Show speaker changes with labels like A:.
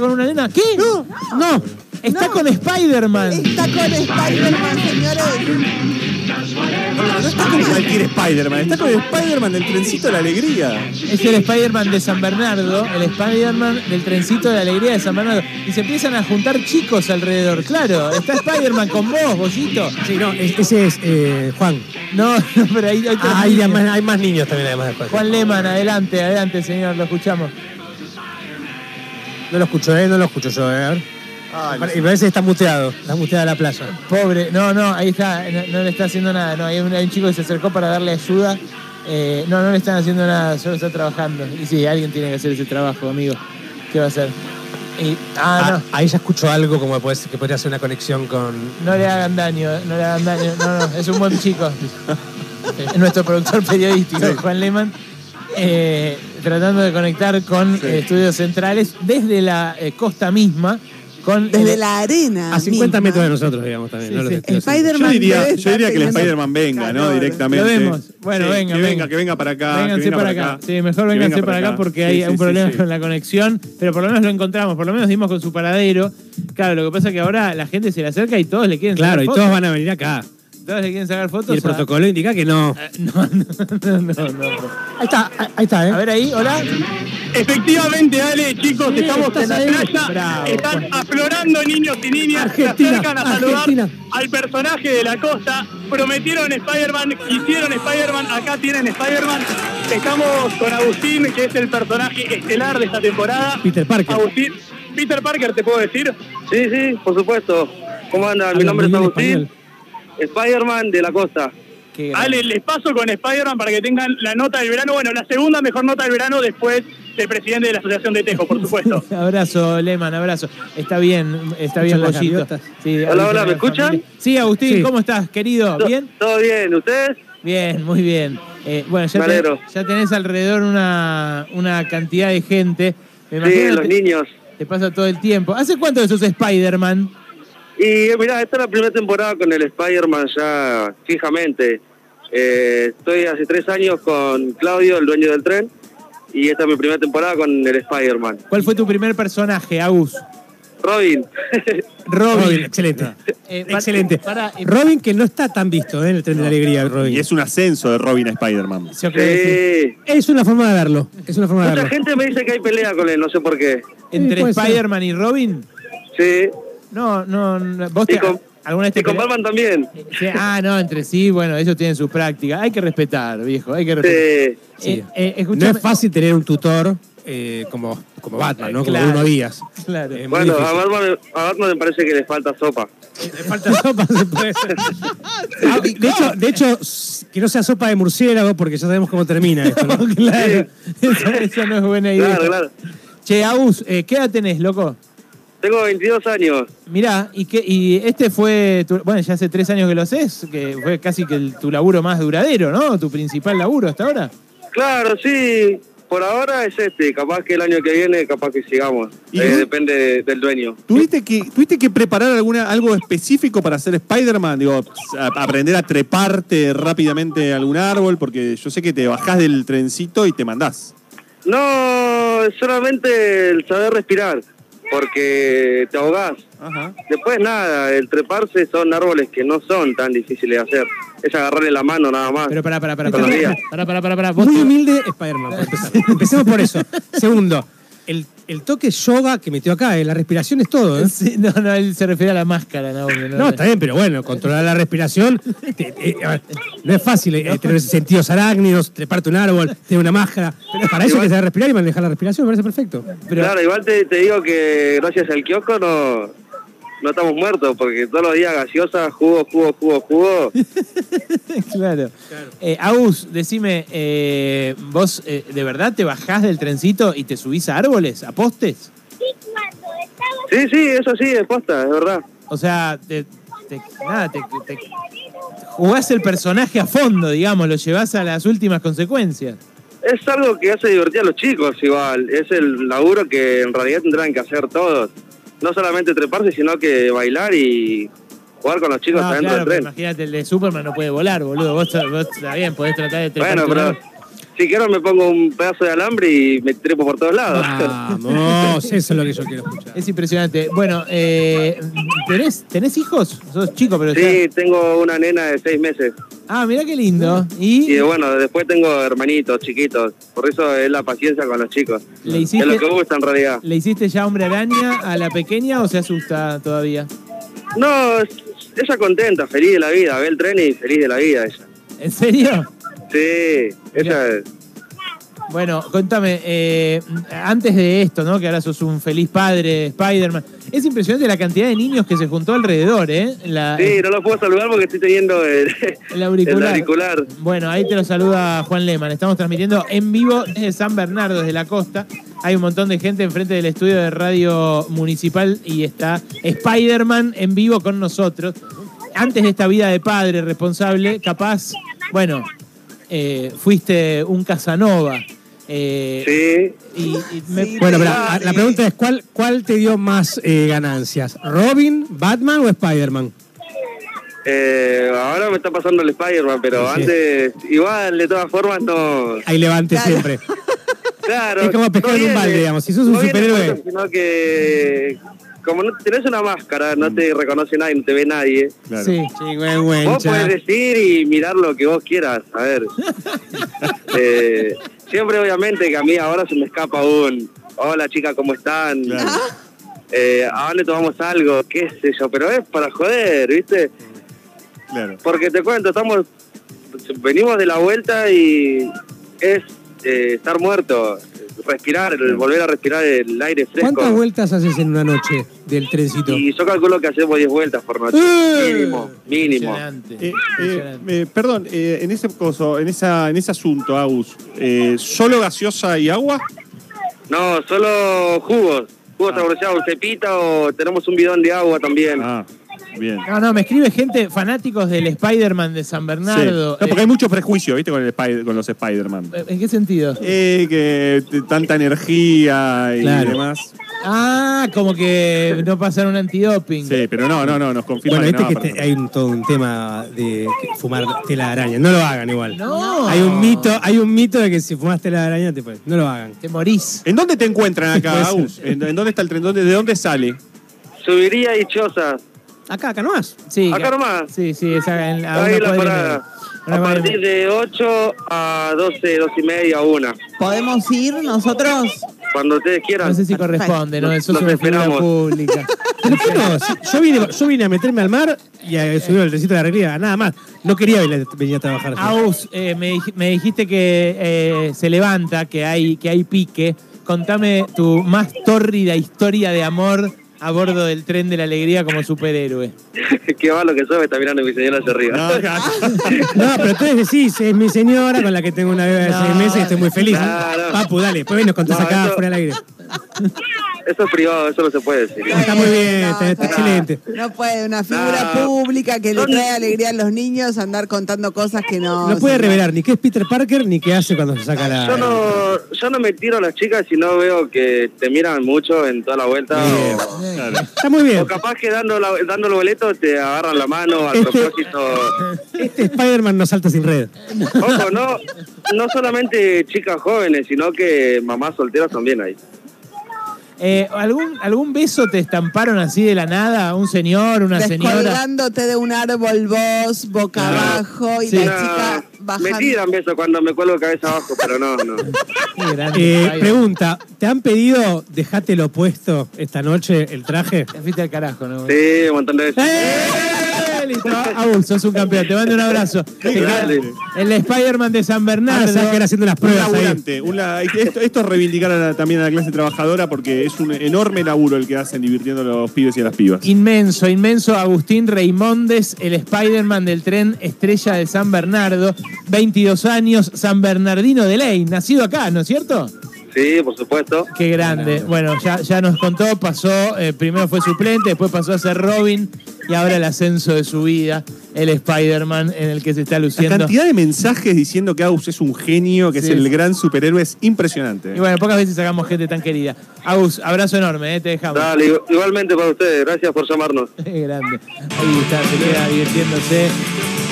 A: con una nena? ¿Qué?
B: No.
A: No. Está
B: No.
A: con Spider-Man.
B: Está con Spider-Man, señores.
C: No está con cualquier Spider-Man, está con el Spider-Man del trencito de la alegría.
A: Es el Spider-Man de San Bernardo, el Spider-Man del trencito de la alegría de San Bernardo. Y se empiezan a juntar chicos alrededor. Claro, está Spider-Man con vos, bollito.
D: Sí, no, es- ese es eh, Juan.
A: No, no, pero ahí hay
D: Ah, hay, más, hay más niños también, además de Juan.
A: Juan Lehman, adelante, adelante, señor, lo escuchamos.
D: No lo escucho, ¿eh? No lo escucho yo, ¿eh? A ver.
C: Ah,
D: Y parece que está muteado. Está muteada la playa.
A: Pobre, no, no, ahí está, no, no le está haciendo nada, no, hay un, hay un chico que se acercó para darle ayuda. Eh, no, no le están haciendo nada, solo está trabajando. Y sí, alguien tiene que hacer ese trabajo, amigo. ¿Qué va a hacer? Y- ah,
D: Ah,
A: no,
D: ahí ya escucho algo como puede ser- que podría hacer una conexión con.
A: no le hagan daño, eh, no le hagan daño. No, no, es un buen chico. Es nuestro productor periodístico, Juan Lehman, eh, tratando de conectar con eh, estudios centrales desde la eh, costa misma. Con
B: Desde
A: el-
B: la arena.
D: A 50
B: misma.
D: metros de nosotros, digamos, también.
A: Sí,
D: ¿no? Los
A: sí.
D: testigos.
B: Spider-Man.
C: Yo diría,
B: debe
C: yo
B: estar
C: diría que el
B: teniendo
C: Spider-Man venga, ¿no?
B: calor.
C: Directamente.
A: Lo vemos. Bueno, venga,
C: Que
A: venga.
C: venga, que venga para acá.
A: Vénganse
C: que venga
A: para acá. Sí, mejor
C: Que venga
A: vénganse para,
C: para
A: acá,
C: acá.
A: porque
C: Sí,
A: hay
C: sí,
A: un
C: sí,
A: problema
C: sí.
A: con la conexión, pero por lo menos lo encontramos, por lo menos dimos con su paradero. Claro, lo que pasa es que ahora la gente se le acerca y todos le quieren
D: Claro,
A: sacar
D: y
A: fotos.
D: todos van a venir acá.
A: Todos le quieren sacar fotos.
D: Y el
A: a-
D: protocolo indica que no.
A: No, no, no, no, no.
D: Ahí está, ahí está,
A: A ver ahí, ¿eh? hola.
E: Efectivamente, dale, chicos,
D: Sí,
E: estamos en la
D: estás ahí.
E: playa.
D: Bravo.
E: Están aflorando niños y niñas.
D: Argentina,
E: se acercan a saludar
D: Argentina.
E: al personaje de la costa. Prometieron Spider-Man, hicieron Spider-Man, acá tienen Spider-Man. Estamos con Agustín, que es el personaje estelar de esta temporada.
D: Peter Parker.
E: Agustín, Peter Parker, ¿te puedo decir?
F: Sí, sí, por supuesto. ¿Cómo andan? Mi
D: Habla
F: nombre es
D: muy bien
F: Agustín, Spider-Man de la Costa.
A: Qué
E: Ale, les paso con Spider-Man para que tengan la nota del verano. Bueno, la segunda mejor nota del verano después del presidente de la Asociación de Tejo, por supuesto.
A: Abrazo, Lehman, abrazo. Está bien, está bien,
D: las
A: Bollito.
D: gaviotas?
A: Sí,
F: Hola,
A: Agustín,
F: hola, ¿me
A: la
F: escuchan?
A: familia. Sí, Agustín,
D: Sí.
A: ¿cómo estás, querido?
F: To-
A: ¿Bien?
F: ¿Todo bien? ¿Ustedes?
A: Bien, muy bien. Eh, bueno, ya,
F: Me
A: te-
F: alegro.
A: ya tenés alrededor una, una cantidad de gente. Me
F: Sí,
A: imagino
F: los
A: que
F: niños.
A: te pasa todo el tiempo. ¿Hace cuánto que sos Spider-Man?
F: Y eh, mirá, esta es la primera temporada con el Spider-Man ya fijamente. Eh, estoy hace tres años con Claudio, el dueño del tren, y esta es mi primera temporada con el Spider-Man.
A: ¿Cuál fue tu primer personaje, Agus?
F: Eh, Robin,
A: Robin.
D: Robin, excelente.
A: Eh, pa-
D: excelente.
A: para- eh,
D: Robin que no está tan visto ¿eh? en el tren de la alegría, Robin.
C: Y es un ascenso de Robin a Spider-Man.
A: yo creo que sí.
F: sí.
D: Es una forma de verlo. Es una forma de
F: Mucha
D: verlo.
F: gente me dice que hay pelea con él, no sé por qué.
A: ¿Entre
D: Sí, puede ser.
A: Spider-Man y Robin?
F: Sí,
A: No, no, no. ¿Vos
F: Y
A: te,
F: con-
A: alguna vez te
F: y con
A: pele-
F: Batman también.
A: Eh, sí, Ah, no, entre sí, bueno, ellos tienen sus prácticas. Hay que respetar, viejo, hay que respetar.
F: Sí.
D: Sí.
A: Eh, eh,
D: No
A: escuchame-
D: es fácil tener un tutor eh, como, como Batman, ¿no? Como
A: Claro.
D: Bruno Díaz.
A: Claro.
D: Eh, muy
F: Bueno, a
D: difícil.
F: Batman, a Batman me parece que le falta sopa.
D: Le falta sopa, se puede ser. Ah, de, hecho, de hecho, s- que no sea sopa de murciélago, porque ya sabemos cómo termina esto. ¿no?
A: Claro, eso, eso no es buena idea.
F: Claro, claro.
A: Che, Agus, eh, ¿qué edad tenés, loco?
F: Tengo 22 años.
A: Mirá, y, qué, y este fue, tu- bueno, ya hace tres años que lo haces, que fue casi que el- tu laburo más duradero, ¿no? Tu principal laburo hasta ahora.
F: Claro, sí. Por ahora es este. Capaz que el año que viene, capaz que sigamos.
C: ¿Y
F: Eh,
C: vos?
F: depende de- del dueño.
C: ¿Tuviste que, ¿Tuviste que preparar alguna, algo específico para ser Spider-Man? Digo, a- aprender a treparte rápidamente a algún árbol, porque yo sé que te bajás del trencito y te mandás.
F: No, es solamente el saber respirar, porque te ahogás.
C: Ajá.
F: Después nada, el treparse son árboles que no son tan difíciles de hacer. Es agarrarle la mano nada más.
A: Pero pará, pará, pará.
F: Buenos
A: Pará,
F: días.
A: pará, pará, pará, pará. Vos
D: Muy
A: te-
D: humilde Spider-Man, para empezar. Empecemos por eso. Segundo, el, el toque yoga que metió acá, eh, la respiración es todo. ¿eh?
A: Sí, no, no, él se refiere a la máscara, Naomi.
D: No, está bien, pero bueno, controlar la respiración te- eh, a ver, no es fácil. eh, tener sentidos arácnidos, treparte un árbol, tener una máscara. Para eso hay que saber respirar y manejar la respiración, me parece perfecto.
A: pero-
F: Claro, igual te, te digo que gracias al kiosco no, no estamos muertos, porque todos los días gaseosa, jugo, jugo, jugo, jugo.
A: Claro. Eh, Agus, decime, eh, ¿vos eh, de verdad te bajás del trencito y te subís a árboles, a postes?
F: Sí, sí, eso sí, es posta, es verdad.
A: O sea, te, te- nada, te, te- jugás el personaje a fondo, digamos, lo llevás a las últimas consecuencias.
F: Es algo que hace divertir a los chicos igual. Es el laburo que en realidad tendrán que hacer todos. No solamente treparse, sino que bailar y jugar con los chicos
A: No,
F: adentro
A: Ah, claro, pero
F: del tren.
A: imagínate, el de Superman no puede volar, boludo. Vos, vos está bien, podés tratar de treparte
F: Bueno,
A: un
F: pero
A: árbol.
F: Si quiero me pongo un pedazo de alambre y me trepo por todos lados.
D: Ah, Vamos, eso es lo que yo quiero escuchar.
A: Es impresionante. Bueno, eh, ¿tenés, ¿tenés hijos? Sos chico, pero
F: sí, tengo una nena de seis meses.
A: ya- Ah, mirá qué lindo.
F: Y
A: Y
F: bueno, después tengo hermanitos chiquitos. Por eso es la paciencia con los chicos.
A: le
F: Es lo
A: hiciste,
F: que me gusta en realidad.
A: ¿le hiciste ya hombre araña a la pequeña o se asusta todavía?
F: No, es- ella contenta, feliz de la vida. Ve el tren y feliz de la vida ella.
A: ¿En serio?
F: Sí, ella es-
A: Bueno, contame, eh, antes de esto, ¿no? Que ahora sos un feliz padre, Spider-Man. Es impresionante la cantidad de niños que se juntó alrededor, ¿eh? La,
F: Sí, no lo puedo saludar porque estoy teniendo el,
A: el auricular.
F: el auricular.
A: Bueno, ahí te lo saluda Juan Lehmann. Estamos transmitiendo en vivo desde San Bernardo, desde la costa. Hay un montón de gente enfrente del estudio de radio municipal y está Spider-Man en vivo con nosotros. Antes de esta vida de padre responsable, capaz, bueno, eh, fuiste un Casanova. Eh, y,
F: Sí.
A: y me-
D: Bueno, pero la-
F: eh,
D: la pregunta es: ¿cuál, cuál te dio más eh, ganancias? ¿Robin, Batman o Spider-Man?
F: Eh, ahora me está pasando el Spider-Man, pero
D: Sí, sí.
F: antes, igual, de todas formas, no.
D: Ahí levante
B: Claro.
D: siempre.
F: Claro.
D: Es como pescar
F: no
D: en un
F: viene-
D: balde, digamos. Si sos un
F: no viene
D: superhéroe.
F: solo, Sino que. Como no tenés una máscara,
D: Mm.
F: no te reconoce nadie, no te ve nadie.
C: Claro.
A: Sí.
F: Vos podés decir y mirar lo que vos quieras, a ver. Eh, siempre, obviamente, que a mí ahora se me escapa un. Hola, chica, ¿cómo están?
C: Claro.
F: Eh, ¿A dónde tomamos algo? ¿Qué sé yo? Pero es para joder, ¿viste?
C: Claro.
F: Porque te cuento, estamos. Venimos de la vuelta y es eh, estar muerto, respirar, el- volver a respirar el aire fresco.
D: ¿Cuántas vueltas haces en una noche del trencito?
F: Y yo calculo que hacemos 10 vueltas por noche.
C: ¡Eh!
F: Mínimo, mínimo.
A: Impresionante.
C: Eh, eh,
A: impresionante.
C: eh, perdón, eh, en ese coso, en esa, en ese asunto, Agus, eh, ¿solo gaseosa y agua?
F: No, solo jugos. Jugos
A: Ah.
F: sabroseados, cepita o tenemos un bidón de agua también.
C: Ah, bien.
A: No, no, me escribe gente, fanáticos del Spider-Man de San
C: Sí.
A: Bernardo.
C: No, porque hay mucho prejuicio, ¿viste? Con, el Spider- con los Spider-Man.
A: Eh, ¿En qué sentido?
C: Eh, que t- tanta energía y
D: Claro.
C: demás.
A: Ah, como que no pasaron un antidoping.
C: Sí, pero no, no, no, nos confirman
D: Bueno,
C: este que
D: viste que
C: no, para-
D: te- hay un, todo un tema de que fumar tela de araña. No lo hagan igual.
A: No.
D: Hay un mito, hay un mito de que si fumas tela de araña te puedes. No lo hagan.
A: Te morís.
C: ¿En dónde te encuentran acá,
D: Puede ser.
C: Agus? ¿En, en dónde está el tren? ¿Dónde- ¿De dónde sale?
F: Subiría y choza.
D: Acá, acá no más.
A: Sí,
F: Acá
A: que-
F: nomás.
A: Sí, sí, esa, en, a
F: Ahí
A: Ah, una cuadra
F: la
A: y
F: parada.
A: media. Una
F: A
A: cuadra y
F: partir
A: media.
F: de 8 a 12, 12 y media, 1.
B: ¿Podemos ir nosotros?
F: Cuando ustedes
A: No
F: quieran.
A: sé si corresponde, ¿no?
F: Los-
A: Eso es
F: los
A: una figura
F: esperamos.
A: pública.
D: ¿Pero qué no? Si- Yo vine, yo vine a meterme al mar y a subir al trencito de la alegría, nada más. No quería venir, venir a trabajar.
A: Aus, eh, me, dij- me dijiste que eh, se levanta, que hay, que hay pique. Contame tu más tórrida historia de amor a bordo del tren de la alegría como superhéroe.
F: Qué va lo que sobe, está mirando mi señora hacia arriba.
C: No, acá.
D: No, pero ustedes decís, es mi señora con la que tengo una bebé de seis
A: No,
D: meses y estoy muy feliz.
F: no, no.
D: Papu, dale, después ven, nos contás
F: No,
D: acá
F: eso-
D: fuera del aire.
F: Eso es privado, eso no se puede decir.
D: Está muy bien, está- está
B: no,
D: excelente.
B: No puede una figura
F: Ah. No.
B: pública que le
F: Son-
B: trae alegría a los niños andar contando cosas que no.
D: No puede
B: son-
D: revelar ni qué es Peter Parker ni qué hace cuando se saca la.
F: Yo no, yo no me tiro a las chicas si no veo que te miran mucho en toda la vuelta.
D: Bien.
F: O,
C: Claro.
D: Está muy
F: o
D: bien.
F: capaz que dando, la- dando el boleto te agarran la mano a
D: Este-
F: propósito.
D: Este Spider-Man no salta sin red.
F: Ojo, no, no solamente chicas jóvenes, sino que mamás solteras también hay.
A: Eh, ¿algún, ¿Algún beso te estamparon así de la nada? ¿Un señor, una señora?
B: Descolgándote de un árbol vos, boca
F: No.
B: abajo, y
A: Sí.
B: la
F: Una-
B: chica
F: me
B: bajando.
F: tiran besos cuando me cuelgo cabeza abajo, pero no, no.
A: Qué grande,
D: Eh,
A: Spider-Man.
D: pregunta: ¿te han pedido dejátelo puesto esta noche el traje?
A: Te fuiste al carajo, ¿no?
F: Sí, un montón de veces.
A: ¡Eh! Listo, Abul, sos un campeón. Te mando un abrazo.
F: grande.
A: El Spider-Man de San
D: Nada,
A: Bernardo.
D: sabes que era haciendo las
C: Un
D: pruebas ahí.
C: laburante. un la- esto, esto es reivindicar a la- también a la clase trabajadora porque es un enorme laburo el que hacen divirtiendo a los pibes y a las pibas.
A: Inmenso, inmenso Agustín Reimondes, el Spider-Man del tren Estrella de San Bernardo, 22 años, San Bernardino de Ley, nacido acá, ¿no es cierto?
F: Sí, por supuesto.
A: Qué grande. Bueno, ya, ya nos contó, pasó, eh, primero fue suplente, después pasó a ser Robin y ahora el ascenso de su vida, el Spider-Man en el que se está
C: La
A: luciendo.
C: cantidad de mensajes diciendo que Agus es un genio, que
A: Sí.
C: es el gran superhéroe, es impresionante. ¿eh?
A: Y bueno, pocas veces sacamos gente tan querida. Agus, abrazo enorme, eh, te dejamos.
F: Dale, ig- igualmente para ustedes, gracias por llamarnos.
A: Grande. Ahí está, se queda divirtiéndose